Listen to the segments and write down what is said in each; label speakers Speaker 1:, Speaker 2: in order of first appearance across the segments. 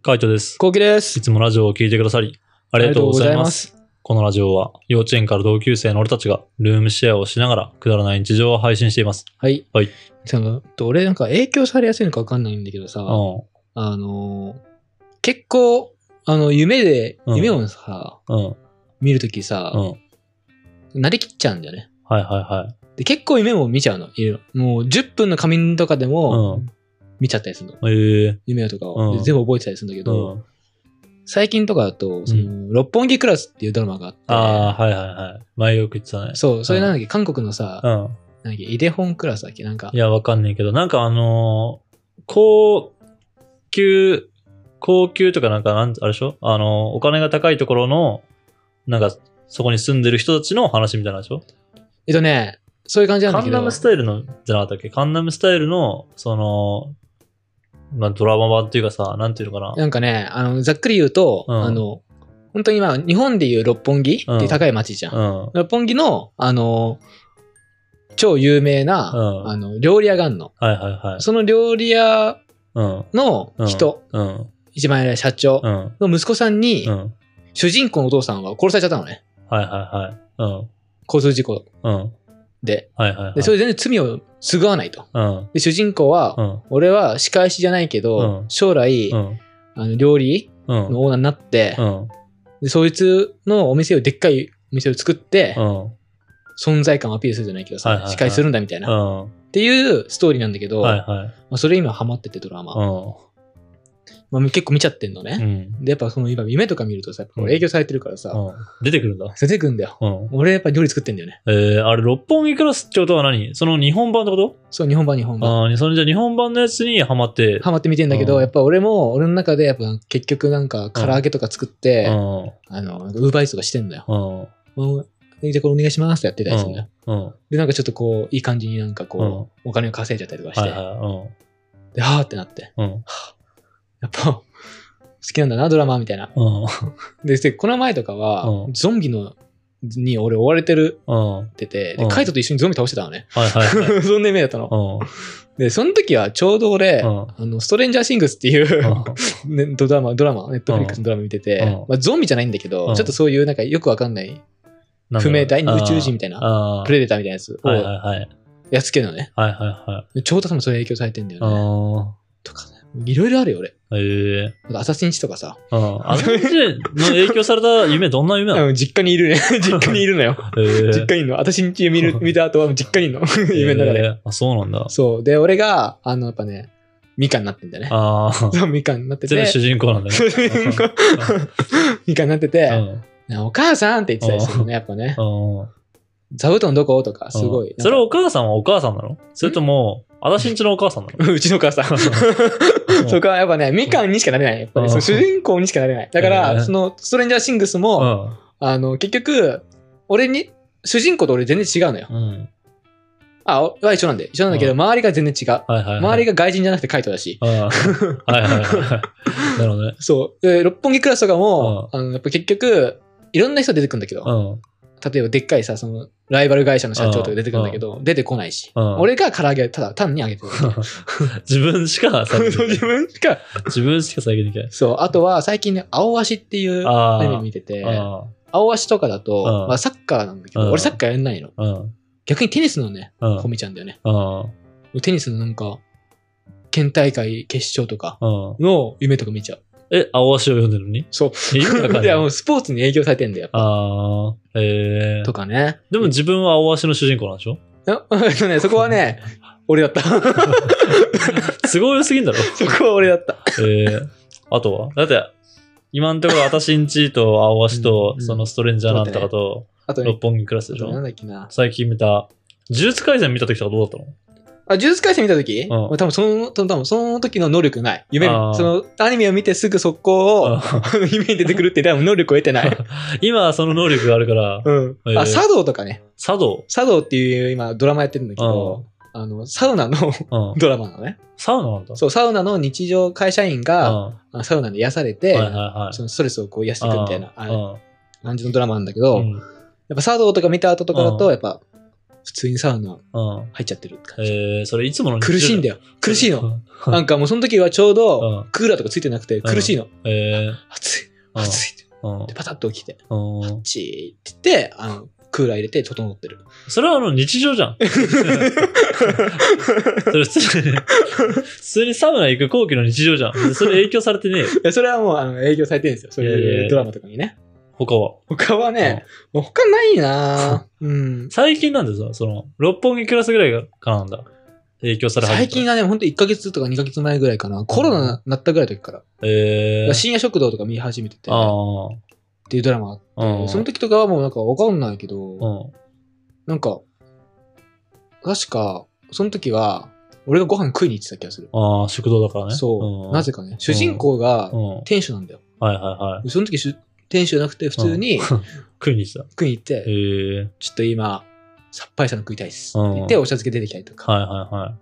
Speaker 1: カイトです。
Speaker 2: こうきで
Speaker 1: い
Speaker 2: す。
Speaker 1: つもラジオを聞いてくださり、ありがとうございます。
Speaker 2: ありがとうござい
Speaker 1: このラジオは、幼稚園から同級生の俺たちが、ルームシェアをしながら、くだらない日常を配信しています。
Speaker 2: ます。はい。
Speaker 1: はい
Speaker 2: その。俺なんか影響されやすいのかわかんないんだけどさ、
Speaker 1: うん。
Speaker 2: あのー、結構、あの、夢で、
Speaker 1: うん
Speaker 2: 夢をさ、
Speaker 1: うん。
Speaker 2: 見るときさ
Speaker 1: う、ん。
Speaker 2: なりきっちゃうんだよね。
Speaker 1: はいはいはい。
Speaker 2: で、結構夢も見ちゃうの。いろいろもう10分の仮眠とかでも
Speaker 1: うん。
Speaker 2: 見ちゃったりするの。
Speaker 1: ええ
Speaker 2: 夢とか
Speaker 1: う
Speaker 2: を
Speaker 1: ん
Speaker 2: で全部覚えてたりするんだけ
Speaker 1: う
Speaker 2: ど、
Speaker 1: ん。
Speaker 2: 最近とかだと、その、六本木クラスっていうドラマがあって、
Speaker 1: ああ、はいはいはい。前よく言ってたね。
Speaker 2: そう、それなんだっけ、韓国のさ、
Speaker 1: うん。
Speaker 2: なんだっけ、イデホンクラスだっけ、なんか
Speaker 1: い、や、わかんないけど、なんかあのー高級、高級とかなんか、なんあれでしょあのーお金が高いところの、なんか、そこに住んでる人たちの話みたいなんでしょ
Speaker 2: えっとね、そういう感じなん
Speaker 1: カ
Speaker 2: だけ
Speaker 1: ン
Speaker 2: ど。
Speaker 1: ナムスタイルの、じゃなかったっけカンナムスタイルの、その、まあ、ドラマ版っていうかさ、なんていうのかな。
Speaker 2: なんかね、あの、ざっくり言うと、
Speaker 1: うん
Speaker 2: あの、本当にまあ、日本でいう六本木っていう高い町じゃん。
Speaker 1: うん。
Speaker 2: 六本木の、あの、超有名な、
Speaker 1: うん
Speaker 2: あの、料理屋があんの。
Speaker 1: はいはいはい。
Speaker 2: その料理屋
Speaker 1: うん。
Speaker 2: の
Speaker 1: うん
Speaker 2: 人、。
Speaker 1: うん。
Speaker 2: 一番偉い社長
Speaker 1: うん。
Speaker 2: の息子さんに、
Speaker 1: うん。
Speaker 2: 主人公のお父さんは殺されちゃったのね。
Speaker 1: はいはいはい。
Speaker 2: 交通事故
Speaker 1: うん。うん。
Speaker 2: で。
Speaker 1: はいはいはい。
Speaker 2: で、それで全然罪を償わないと。
Speaker 1: うん。
Speaker 2: で、主人公は、
Speaker 1: うん。
Speaker 2: 俺は仕返しじゃないけど、
Speaker 1: うん
Speaker 2: 将来、
Speaker 1: うん。
Speaker 2: あの料理
Speaker 1: うん。
Speaker 2: のオーナーになって、
Speaker 1: うん。
Speaker 2: で、そいつのお店を、でっかいお店を作って、
Speaker 1: うん。
Speaker 2: 存在感をアピールするじゃないけど
Speaker 1: はいはい
Speaker 2: さ
Speaker 1: は、い
Speaker 2: 司会するんだみたいな。っ
Speaker 1: うん。
Speaker 2: ていうストーリーなんだけど、
Speaker 1: はい
Speaker 2: ま
Speaker 1: はい。
Speaker 2: あそれ今ハマっててドラマ。
Speaker 1: う
Speaker 2: まあ結構見ちゃってんの
Speaker 1: ん。う
Speaker 2: ね。
Speaker 1: ん。
Speaker 2: で、やっぱその今夢とか見るとさ、やっぱこう影響されてるからさ、
Speaker 1: うん出てくるんだ。
Speaker 2: 出てくんだよ。
Speaker 1: うん。
Speaker 2: 俺やっぱ料理作ってんだよね。
Speaker 1: えー、あれ、六本木クラスってことは何その日本版ってこ
Speaker 2: そう、日本版日本
Speaker 1: と
Speaker 2: 版。
Speaker 1: ああ、それじゃあ日本版のやつにハマって。
Speaker 2: ハマって見てんだけ
Speaker 1: う
Speaker 2: ど、
Speaker 1: ん
Speaker 2: やっぱ俺も、俺の中でやっぱ結局なんか唐揚げとか作っ
Speaker 1: う
Speaker 2: て、
Speaker 1: ん。うん。
Speaker 2: あの、ウーバーイーツとかしてんだよ。
Speaker 1: うん。
Speaker 2: もうじゃあこれお願いしますってやってたりするんだよ。
Speaker 1: うん。は
Speaker 2: で、なんかちょっとこう、いい感じになんかこう、お金を稼いじゃったりとか
Speaker 1: い
Speaker 2: して、
Speaker 1: は
Speaker 2: で、はーってなって、
Speaker 1: い。うん。うん。
Speaker 2: やっぱ、好きなんだな、ドラマみたいな。
Speaker 1: うん。
Speaker 2: で、でこの前とかは、
Speaker 1: うん
Speaker 2: ゾンビのに俺追われてる
Speaker 1: うん。
Speaker 2: ってて、
Speaker 1: う
Speaker 2: で、
Speaker 1: ん
Speaker 2: カイトと一緒にゾンビ倒してた のね。
Speaker 1: はいはいはい。
Speaker 2: そんな夢だったの
Speaker 1: う。ん。
Speaker 2: で、その時はちょうど俺、
Speaker 1: うん
Speaker 2: あの、ストレンジャーシングスっていう、 ね、ドラマ、ドラマ、ネットフリックスのドラマ見てて、
Speaker 1: うん
Speaker 2: まあ、ゾンビじゃないんだけど、
Speaker 1: うん
Speaker 2: ちょっとそういうなんかよくわかんない、
Speaker 1: うん。
Speaker 2: 不明第二宇宙人みたいな、
Speaker 1: な
Speaker 2: プレデターみたいなやつ
Speaker 1: はいは
Speaker 2: を
Speaker 1: いはい。
Speaker 2: やっつけるのね。
Speaker 1: はいはいはい。
Speaker 2: でちょうど多分それ影響されてんだよね。
Speaker 1: あ
Speaker 2: とかね。いろいろあるよ、俺。
Speaker 1: あ。ええ。
Speaker 2: あとアサシンチとかさ。
Speaker 1: うん。あの時の影響された夢、どんな夢なの
Speaker 2: うん実家にいるね。 実家にいるのよ。
Speaker 1: え
Speaker 2: 実家にいるの。私んち見る見た後は実家にいるの。
Speaker 1: え
Speaker 2: 夢の中で。
Speaker 1: ええあ、そうなんだ。
Speaker 2: そう。で、俺が、あの、やっぱね、みかんになってんだよね。
Speaker 1: ああ。
Speaker 2: そう、みかんになってて。
Speaker 1: 全部主人公なんだ ね。
Speaker 2: 主人 公みかんになって
Speaker 1: う
Speaker 2: て、
Speaker 1: ん。
Speaker 2: お母さんって言ってたりするのね、やっぱね。
Speaker 1: うん。
Speaker 2: 座布団どことか、すごい
Speaker 1: うん。それ
Speaker 2: なん
Speaker 1: お母さんはお母さんなのそれとも、私んちのお母さんなの
Speaker 2: かうちのお母さん。そこはやっぱね、みかんにしかなれない。やっぱ
Speaker 1: う
Speaker 2: り、
Speaker 1: ん
Speaker 2: そう主人公にしかなれない。だか
Speaker 1: え
Speaker 2: ら、
Speaker 1: ー
Speaker 2: その、ストレンジャーシングス
Speaker 1: う
Speaker 2: も、
Speaker 1: ん。
Speaker 2: あの、結局、俺に、主人公と俺全然違うのよ。
Speaker 1: うん。
Speaker 2: あ、おは一緒なんで。一緒なんだけど、
Speaker 1: う
Speaker 2: 周りが全然違う。
Speaker 1: はいはいはい。
Speaker 2: 周りが外人じゃなくてカイトだし。
Speaker 1: うん。はいはいはい。 なるほどね。
Speaker 2: そう。で、六本木クラスとかも、あの、やっぱ結局、いろんな人出てくるんだけど、
Speaker 1: うん。
Speaker 2: 例えばでっかいさ、その、ライバル会社の社長とか出てくるんだけど、出てこないし。
Speaker 1: うん
Speaker 2: 俺が唐揚げをただ単にあげてる。
Speaker 1: 自分しか
Speaker 2: そ
Speaker 1: 再
Speaker 2: う
Speaker 1: 現で
Speaker 2: 自
Speaker 1: きない。
Speaker 2: 分しか。
Speaker 1: 自分しか再現できない。
Speaker 2: そう。あとは、最近ね、青足っていう
Speaker 1: あ
Speaker 2: アニメ
Speaker 1: ー
Speaker 2: 見てて、
Speaker 1: あ
Speaker 2: 青足とかだと、
Speaker 1: うん
Speaker 2: まあサッカーなんだけど、
Speaker 1: うん
Speaker 2: 俺サッカーやんないの。
Speaker 1: ー。うん。
Speaker 2: 逆にテニスのね、
Speaker 1: うん。
Speaker 2: 子見ちゃうんだよね。
Speaker 1: うん。
Speaker 2: テニスのなんか、県大会決勝とか
Speaker 1: うん。
Speaker 2: の夢とか見ちゃう。
Speaker 1: え、青足を読んでるのに
Speaker 2: そう。
Speaker 1: 意味わかんない
Speaker 2: いや、もうスポーツに影響されてんだよ。やっぱ
Speaker 1: ああ。ええ
Speaker 2: と。かね。
Speaker 1: でも自分は青足の主人公なんでしょ
Speaker 2: ああのね、そこはね、俺だった。
Speaker 1: すごいすぎんだろ。
Speaker 2: そこは俺だった。
Speaker 1: えー、あとはだって、今のところ、私んちと青足と
Speaker 2: う、ん
Speaker 1: そのストレンジャーなんとかと、
Speaker 2: あとね
Speaker 1: 六、本木クラス
Speaker 2: あ
Speaker 1: でし
Speaker 2: とな
Speaker 1: ょ
Speaker 2: んだっけな。
Speaker 1: 最近見た、呪術廻戦見た時とかどうだっ
Speaker 2: あ、呪術廻戦見たとき、
Speaker 1: ん
Speaker 2: もう多分その、多分その時の能力ない。夢、
Speaker 1: あー
Speaker 2: そのアニメを見てすぐ速攻を、
Speaker 1: たの
Speaker 2: 夢に出てくるって多分能力を得てない。
Speaker 1: 今、その能力があるから、
Speaker 2: うん。
Speaker 1: えー
Speaker 2: あ、茶道とかね。
Speaker 1: 茶道、
Speaker 2: 茶道っていう今ドラマやってるんだけど、あの、サウナの
Speaker 1: うん、
Speaker 2: ドラマなのね。
Speaker 1: サウナなんだ。
Speaker 2: そう、サウナの日常会社員
Speaker 1: うん
Speaker 2: が、
Speaker 1: は
Speaker 2: あサウナで癒され
Speaker 1: い
Speaker 2: て、
Speaker 1: はいはい。
Speaker 2: そのストレスをこう癒していくみたいなあ
Speaker 1: うん
Speaker 2: 感じのドラマなんだけど、
Speaker 1: うん
Speaker 2: やっぱ茶道とか見た後とかだ
Speaker 1: う
Speaker 2: と、
Speaker 1: ん
Speaker 2: やっぱ、普通にサウナ
Speaker 1: うん。
Speaker 2: 入っちゃってるって感じ。
Speaker 1: えー、それいつもの
Speaker 2: 苦しいんだよ。苦しいの。。
Speaker 1: うん
Speaker 2: なんかもうその時はちょう
Speaker 1: う
Speaker 2: ど
Speaker 1: ん
Speaker 2: クーラーとかついてなくて苦しいの。
Speaker 1: えー、
Speaker 2: 暑い、
Speaker 1: うん
Speaker 2: 暑いって。
Speaker 1: うん
Speaker 2: で、パタッと起きて、
Speaker 1: うん。
Speaker 2: チーって言って、あの、クーラー入れて整ってる。
Speaker 1: それはあの日常 じゃん。それ普通に、 普通にサウナ行く後期の日常じゃん。それ影響されてねえよ。
Speaker 2: いや、それはもう、あの、営業されてるんですよ。そう
Speaker 1: え
Speaker 2: い
Speaker 1: え
Speaker 2: うドラマとかにね。
Speaker 1: 他は。
Speaker 2: 他はね、もう他ないな ぁうん。
Speaker 1: 最近なんですよ。その、六本木クラスぐらいからなんだ。影響され始めた
Speaker 2: 最近はね、ほんと1ヶ月とか2ヶ月前ぐらいかな。コロナになったぐらいの時から。
Speaker 1: えー、
Speaker 2: 深夜食堂とか見始めてて、
Speaker 1: あ
Speaker 2: っ
Speaker 1: あ。
Speaker 2: ていうドラマがあって
Speaker 1: うん。
Speaker 2: その時とかはもうなんかわかんないけど、
Speaker 1: うん。
Speaker 2: なんか、確か、その時は、俺がご飯食いに行ってた気がする。
Speaker 1: ああ、食堂だからね。
Speaker 2: そう、
Speaker 1: ん
Speaker 2: なぜかね。主人公が
Speaker 1: うん。はい
Speaker 2: 店主なんだよ。
Speaker 1: はいはい。
Speaker 2: その時し店主じゃなくて、普通に
Speaker 1: うん 食いに行ってた。
Speaker 2: 食いに行って、
Speaker 1: えー、
Speaker 2: ちょっと今、さっぱりしたの食いたいっす。
Speaker 1: うん
Speaker 2: って言って、お茶漬け出てきたりとか、
Speaker 1: はいはいはい。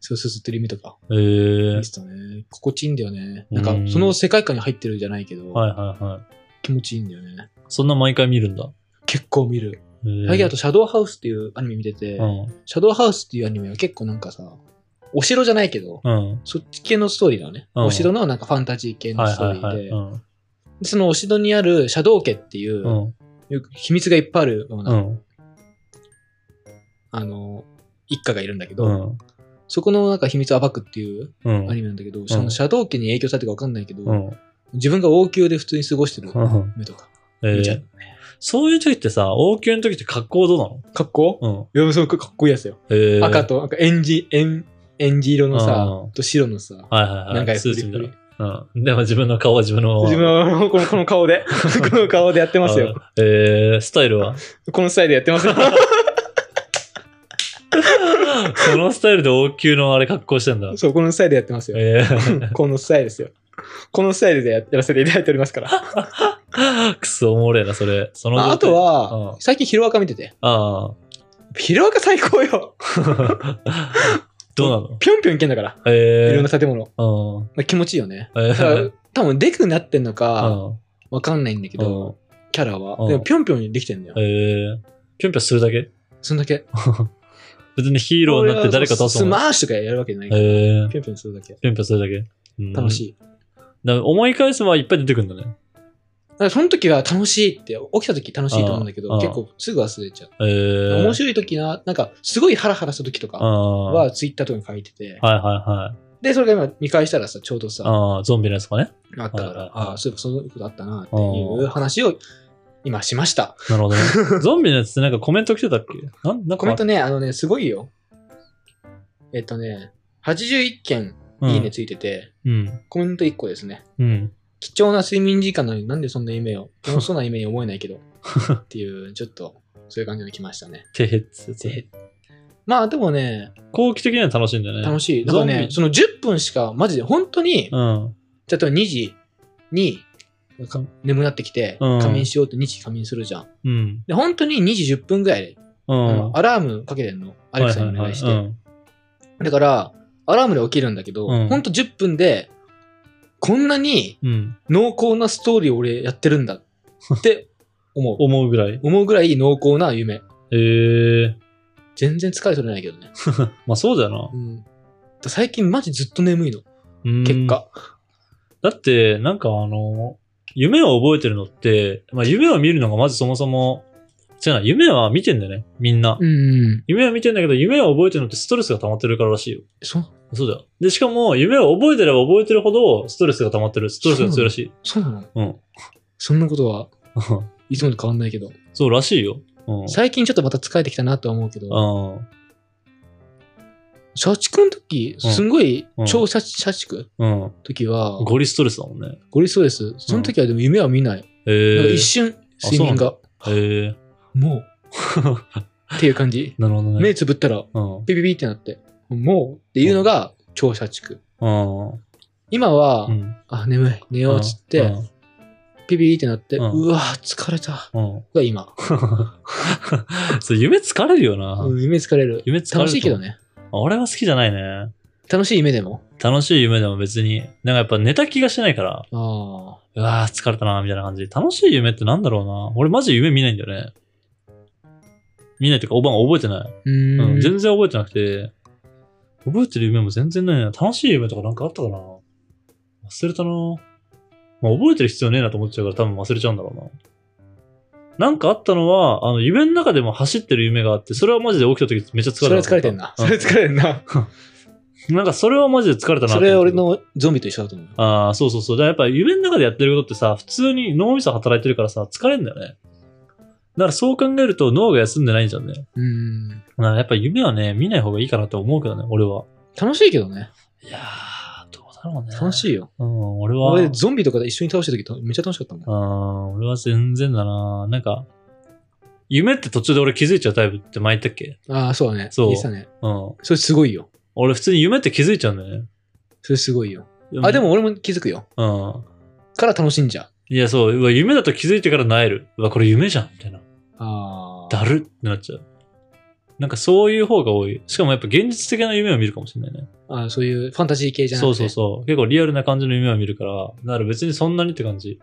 Speaker 2: そうすすってる夢とか、
Speaker 1: えー
Speaker 2: 見て、たね。心地いいんだよね。なん
Speaker 1: うん
Speaker 2: か、その世界観に入ってるじゃないけど、
Speaker 1: はいはいはい。
Speaker 2: 気持ちいいんだよね。
Speaker 1: そんな毎回見るんだ。
Speaker 2: 結構見る。
Speaker 1: えー
Speaker 2: 最近あと、シャドウハウスっていうアニメ見てて、
Speaker 1: うん。
Speaker 2: シャドウハウスっていうアニメは結構なんかさ、お城じゃないけど、
Speaker 1: うん。
Speaker 2: そっち系のストーリーだよね。
Speaker 1: うん
Speaker 2: お城のなんかファンタジー系の
Speaker 1: はい
Speaker 2: ストー
Speaker 1: は
Speaker 2: リ
Speaker 1: いは
Speaker 2: ー
Speaker 1: い。
Speaker 2: で、
Speaker 1: うん。
Speaker 2: でそのお城にあるシャドウ家っていう、
Speaker 1: うん。
Speaker 2: よく秘密がいっぱいあるような、
Speaker 1: うん。
Speaker 2: あの、一家がいるんだけど、
Speaker 1: うん。
Speaker 2: そこのなんか秘密を暴くっていう
Speaker 1: うん。
Speaker 2: アニメなんだけど、そのシャドウ家に影響されてるか分かんないけど、
Speaker 1: うん。
Speaker 2: 自分が王宮で普通に過ごしてる
Speaker 1: うん
Speaker 2: 夢とか、
Speaker 1: えー
Speaker 2: 見ちゃう。
Speaker 1: そういう時ってさ、王宮の時って格好どうなの
Speaker 2: 格好
Speaker 1: うん。
Speaker 2: いや、そのかっこいいやつよ。
Speaker 1: えー、
Speaker 2: 赤と、なんか、エンジ、エン、エンジ色のさ
Speaker 1: う、ん
Speaker 2: と白のさ、
Speaker 1: はいはいはい。
Speaker 2: なんか
Speaker 1: スーツみ
Speaker 2: フ
Speaker 1: た
Speaker 2: リ
Speaker 1: い
Speaker 2: フリ
Speaker 1: な。うん。でも自分の顔は自分のまま。
Speaker 2: 自分はこのこの顔 で、この顔でやってますよ。
Speaker 1: あえー、スタイル は
Speaker 2: このスタイルでやってますよ。
Speaker 1: そのスタイルで王宮のあれ格好してんだ。
Speaker 2: そう、このスタイルでやってますよ。
Speaker 1: えー、
Speaker 2: このスタイルですよ。このスタイルでややらせていただいておりますから。
Speaker 1: くそおもれえな、それ。その
Speaker 2: ああと
Speaker 1: は、
Speaker 2: は
Speaker 1: う、ん
Speaker 2: 最近ヒロアカ見てて。
Speaker 1: ああ。
Speaker 2: ヒロアカ最高よ。
Speaker 1: どうな の
Speaker 2: ぴょんぴょん行けんだから。い
Speaker 1: え
Speaker 2: ろん
Speaker 1: ー
Speaker 2: な、建物。
Speaker 1: うん。
Speaker 2: まあ気持ちいいよ ね。
Speaker 1: え
Speaker 2: だか
Speaker 1: ー
Speaker 2: ら多分デクになってんのか、
Speaker 1: うん
Speaker 2: わかんないんだけ
Speaker 1: うん
Speaker 2: ど、キャラは
Speaker 1: う。ん
Speaker 2: でもぴょんぴょんできてんだよ。
Speaker 1: えー、ぴょんぴょんするだけ
Speaker 2: そんだけ。
Speaker 1: 別にヒーローになって誰か倒す
Speaker 2: ス
Speaker 1: の
Speaker 2: マッシュとかやるわけじゃない
Speaker 1: え
Speaker 2: から。
Speaker 1: ー、
Speaker 2: ぴょんぴょんするだけ。
Speaker 1: ぴょんぴょんするだけ。うん
Speaker 2: 楽しい。
Speaker 1: だから思い返せばいっぱい出てくるんだね。
Speaker 2: だからその時は楽しいって、起きた時楽しいと思うんだけ
Speaker 1: うんう
Speaker 2: ど、
Speaker 1: ん
Speaker 2: 結構すぐ忘れちゃう。
Speaker 1: えー、
Speaker 2: 面白い時な、なんかすごいハラハラした時とか
Speaker 1: あーはい
Speaker 2: はツイッターとかに書いてて、
Speaker 1: はいはい。
Speaker 2: で、それが今見返したらさ、ちょうどさ、
Speaker 1: ああ、ゾンビのやつとかね。
Speaker 2: あった
Speaker 1: は
Speaker 2: か
Speaker 1: いはい
Speaker 2: ら、ああ、そういえばそういうことあったなっていう話を今しました。
Speaker 1: なるほど ね。ゾンビのやつってなんかコメント来てたっけなんなんか
Speaker 2: コメントね、あのね、すごいよ。えっとね、81件いいね。ついてて、
Speaker 1: うん。
Speaker 2: コメント1個ですね。
Speaker 1: うん。
Speaker 2: 貴重な睡眠時間なのになんでそんな夢を、楽しそうな夢に思えない けど、っていう、ちょっと、そういう感じで来ましたね。
Speaker 1: てへっつってやつ。
Speaker 2: ぜまあでもね、
Speaker 1: 後期的には楽しいんだよね。
Speaker 2: 楽
Speaker 1: しい。
Speaker 2: しい。だか
Speaker 1: ゾ
Speaker 2: ら
Speaker 1: ン
Speaker 2: ね、
Speaker 1: ビ
Speaker 2: その10分しか、マジで本当に、
Speaker 1: うん。
Speaker 2: 例えば2時にか眠くなってきて、
Speaker 1: うん
Speaker 2: 仮眠しようって2時仮眠するじゃん。
Speaker 1: うん。
Speaker 2: で、本当に2時10分ぐらいで、
Speaker 1: う
Speaker 2: あ
Speaker 1: ん
Speaker 2: の。アラームかけてんの、アレクサにお願いして。
Speaker 1: ははは
Speaker 2: だから、アラームで起きるんだけど、
Speaker 1: うん
Speaker 2: ほんと10分で、こんなに
Speaker 1: うん。うん
Speaker 2: 濃厚なストーリーを俺やってるん だって思う。
Speaker 1: 思うぐらい。
Speaker 2: 思うぐらい濃厚な夢。
Speaker 1: ええ。
Speaker 2: 全然疲れ取れないけどね。
Speaker 1: まあそうだよな
Speaker 2: う。ん、最近マジずっと眠いの、
Speaker 1: うん
Speaker 2: 結。果。
Speaker 1: だって、なんかあの、夢を覚えてるのって、まあ夢を見るのがまずそもそも、違うな、夢は見てんだよね、みんな。
Speaker 2: うん。
Speaker 1: 夢は見てんだけど、夢を覚えてるのってストレスが溜まってるかららしいよ。
Speaker 2: そ、
Speaker 1: そうだよ。で、しかも、夢を覚えてれば覚えてるほど、ストレスが溜まってる。ストレスが強いらしい。
Speaker 2: そうなの
Speaker 1: うん。
Speaker 2: そんなことはいつもと変わんないけど。
Speaker 1: そうらしいよ。うん。
Speaker 2: 最近ちょっとまた疲れてきたなとは思うけど、
Speaker 1: あ
Speaker 2: 社畜の時、すんごい
Speaker 1: うん
Speaker 2: 超社社畜
Speaker 1: うん。うん。
Speaker 2: 時は、
Speaker 1: ゴリストレスだもんね。
Speaker 2: ゴリそうです。その時はでも夢は見ない。
Speaker 1: え
Speaker 2: なんか
Speaker 1: ー
Speaker 2: 一。瞬、睡眠が。
Speaker 1: えー。
Speaker 2: もう。っていう感じ。
Speaker 1: なるほどね。
Speaker 2: 目つぶったら、
Speaker 1: うん。
Speaker 2: ピピピってなって、もうっていうのが、超社畜。
Speaker 1: うん。
Speaker 2: 今は、
Speaker 1: うん。
Speaker 2: あ、眠い、寝ようっつって、
Speaker 1: うん
Speaker 2: ピピピってなって、
Speaker 1: うん
Speaker 2: うわ疲れた。
Speaker 1: うん。
Speaker 2: が今。
Speaker 1: そう、夢疲れるよな。
Speaker 2: うん夢疲れる。
Speaker 1: 夢疲れると思う
Speaker 2: 楽しいけどね。
Speaker 1: 俺は好きじゃないね。
Speaker 2: 楽しい夢でも。
Speaker 1: 楽しい夢でも別に。なんかやっぱ寝た気がしないから、
Speaker 2: ああ。
Speaker 1: うわー疲れたな、みたいな感じ。楽しい夢ってなんだろうな。俺マジ夢見ないんだよね。見ないというか、おばん覚えてない。
Speaker 2: うん
Speaker 1: うん、全然覚えてなくて、覚えてる夢も全然ないな。楽しい夢とかなんかあったかな忘れたな。まあ、覚えてる必要ねえなと思っちゃうから多分忘れちゃうんだろうな。なんかあったのは、あの、夢の中でも走ってる夢があって、それはマジで起きた時めっちゃ疲れた。
Speaker 2: それは疲れてんな。
Speaker 1: うん
Speaker 2: それは疲れてんな。
Speaker 1: なんかそれはマジで疲れたなと思って
Speaker 2: それは俺。のゾンビと一緒だと思う。
Speaker 1: ああ、そうそうそう。だからやっぱ夢の中でやってることってさ、普通に脳みそ働いてるからさ、疲れんだよね。だからそう考えると脳が休んでないんじゃんね。
Speaker 2: うん。
Speaker 1: まあやっぱ夢はね、見ない方がいいかなと思うけどね、俺は。
Speaker 2: 楽しいけどね。
Speaker 1: いやー、どうだろうね。
Speaker 2: 楽
Speaker 1: い。
Speaker 2: しいよ。
Speaker 1: うん、俺は、
Speaker 2: 俺、ゾンビとかで一緒に倒した時めっちゃ楽しかった
Speaker 1: う
Speaker 2: もん。
Speaker 1: ん、俺は全然だな。なんか、夢って途中で俺気づいちゃうタイプって前言ったっけ
Speaker 2: ああ、そうだね。
Speaker 1: そう
Speaker 2: 言ってたね。
Speaker 1: うん。
Speaker 2: それすごいよ。
Speaker 1: 俺普通に夢って気づいちゃうんだよね。
Speaker 2: それすごいよ。あ、でも俺も気づくよ。
Speaker 1: うん。
Speaker 2: から楽しんじゃう。
Speaker 1: いや、そう、うわ、夢だと気づいてからなえる。うわ、これ夢じゃん、みたいな。
Speaker 2: ああ。
Speaker 1: だるってなっちゃう。なんかそういう方が多い。しかもやっぱ現実的な夢を見るかもしれないね。
Speaker 2: あーそういうファンタジー系じゃなく
Speaker 1: そ
Speaker 2: て。
Speaker 1: うそうそう。結構リアルな感じの夢を見るから、だから別にそんなにって感じ。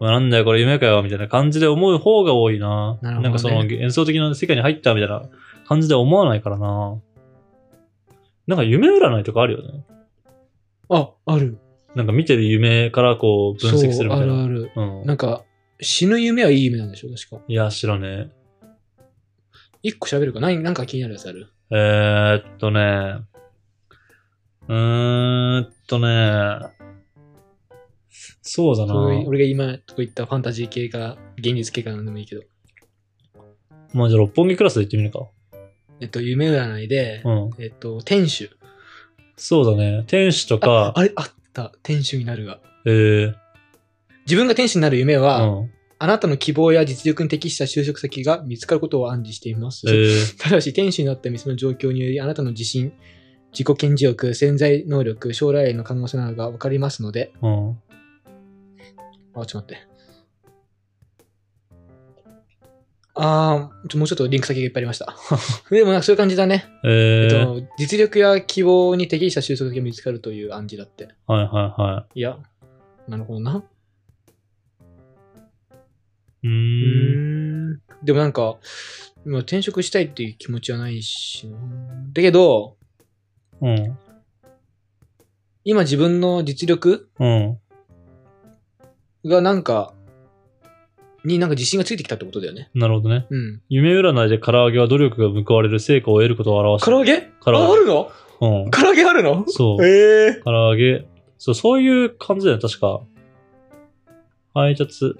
Speaker 1: まあ、なんだよこれ夢かよみたいな感じで思う方が多いな。
Speaker 2: なるほどね
Speaker 1: んかその幻想的な世界に入ったみたいな感じで思わないからな。なんか夢占いとかあるよね。
Speaker 2: あ、ある。
Speaker 1: なんか見てる夢からこう分析するみ
Speaker 2: そう、
Speaker 1: た
Speaker 2: あ
Speaker 1: い
Speaker 2: る
Speaker 1: な。
Speaker 2: ある。
Speaker 1: うん。
Speaker 2: なんか、死ぬ夢はいい夢なんでしょ、確か。
Speaker 1: いや、知らね
Speaker 2: 一個喋るか。何、なんか気になるやつある
Speaker 1: え。えー、っとね。うーんとね。そうだな。
Speaker 2: そういう俺が今とこ言ったファンタジー系か、現実系かなんでもいいけど。
Speaker 1: まあじゃあ六本木クラスで行ってみるか。
Speaker 2: えっと、夢占いで、
Speaker 1: うん。
Speaker 2: えっと、天守。
Speaker 1: そうだね。天使と
Speaker 2: あ
Speaker 1: か、
Speaker 2: あれ、あった。天守になるが。
Speaker 1: えー、
Speaker 2: 自分が天使になる夢
Speaker 1: う
Speaker 2: は、
Speaker 1: ん。
Speaker 2: あなたの希望や実力に適した就職先が見つかることを暗示しています。
Speaker 1: えー、
Speaker 2: ただし、天使になった店の状況により、あなたの自信、自己顕示欲、潜在能力、将来への可能性などが分かりますので、
Speaker 1: うん。
Speaker 2: あ、ちょっと待って。あーちょもうちょっとリンク先がいっぱいありました。 でもなんかそういう感じだね、
Speaker 1: えー
Speaker 2: えっと。実力や希望に適した就職先が見つかるという暗示だって。
Speaker 1: はいはいはい
Speaker 2: や、なるほどな。
Speaker 1: い。うー。
Speaker 2: うんん。でもなんか、今転職したいっていう気持ちはないしな、だけど、
Speaker 1: うん。
Speaker 2: 今自分の実力
Speaker 1: うん。
Speaker 2: がなんか、になんか自信がついてきたってことだよね。
Speaker 1: なるほどね。
Speaker 2: うん。
Speaker 1: 夢占いで唐揚げは努力が報われる成果を得ることを表し
Speaker 2: 唐
Speaker 1: て
Speaker 2: 揚げ
Speaker 1: 唐揚げ
Speaker 2: ああるの
Speaker 1: うん。
Speaker 2: 唐揚げあるの
Speaker 1: そう。
Speaker 2: ええ
Speaker 1: 唐揚げ。そう、そういう感じだよね、確か。配達。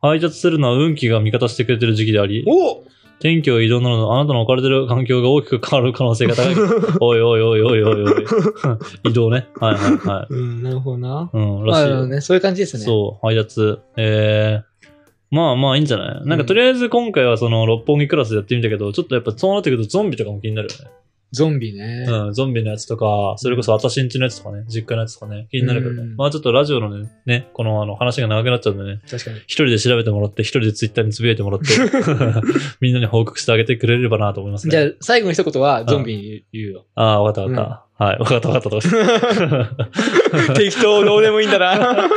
Speaker 1: 配達するのは運気が味方してくれてる時期であり、
Speaker 2: お
Speaker 1: 天気を移動などのあなたの置かれてる環境が大きく変わる可能性が高 い。おいおいおいおいおいお い。移動ね。はいはいはい。
Speaker 2: うん、なるほどな。
Speaker 1: うん、
Speaker 2: ま
Speaker 1: らしい
Speaker 2: あ
Speaker 1: よ。
Speaker 2: ね、そういう感じですね。
Speaker 1: そう、配達。えー、まあまあいいんじゃないなん
Speaker 2: う
Speaker 1: か
Speaker 2: ん
Speaker 1: とりあえず今回はその六本木クラスでやってみたけど、ちょっとやっぱそうなってくるとゾンビとかも気になるよね。
Speaker 2: ゾンビね。
Speaker 1: うん、ゾンビのやつとか、それこそ私んちのやつとかね、実家のやつとかね、気になるけどね。
Speaker 2: うん
Speaker 1: まあちょっとラジオのね、ねこのあの話が長くなっちゃうんでね、
Speaker 2: 確かに。
Speaker 1: 一人で調べてもらって、一人でツイッターにつぶやいても らって、 みんなに報告してあげてくれればなと思います
Speaker 2: じゃあ
Speaker 1: ね。、
Speaker 2: 最後の一言はゾンビに言うよ。
Speaker 1: ああ、わかったわかった。はい、わかったわかったとか 言って。
Speaker 2: 適当、どうでもいいんだな。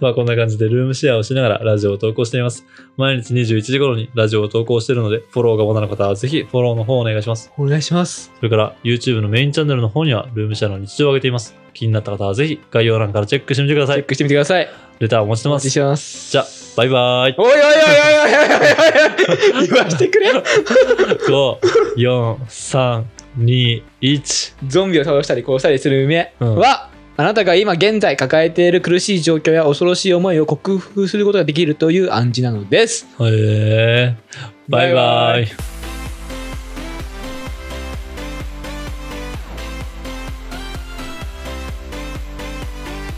Speaker 1: まあこんな感じでルームシェアをしながらラジオを投稿しています。毎日21時頃にラジオを投稿しているので、フォローがまだの方はぜひフォローの方をお願いします。
Speaker 2: お願いします。
Speaker 1: それから YouTube のメインチャンネルの方にはルームシェアの日常を上げています。気になった方はぜひ概要欄からチェックしてみてくだ
Speaker 2: チ
Speaker 1: さ
Speaker 2: ェッ
Speaker 1: い。
Speaker 2: クしてみてください。
Speaker 1: レターお待ちして
Speaker 2: お
Speaker 1: ま
Speaker 2: 待ち
Speaker 1: す。
Speaker 2: してます。
Speaker 1: じゃあ、バイバーイ。
Speaker 2: おいおいおいおいおいおいおい言わしてくれ。
Speaker 1: 5、4、3、2、1。
Speaker 2: ゾンビを倒したり殺したりする夢
Speaker 1: うん
Speaker 2: は、あなたが今現在抱えている苦しい状況や恐ろしい思いを克服することができるという暗示なのです。
Speaker 1: へえー。バイバイ。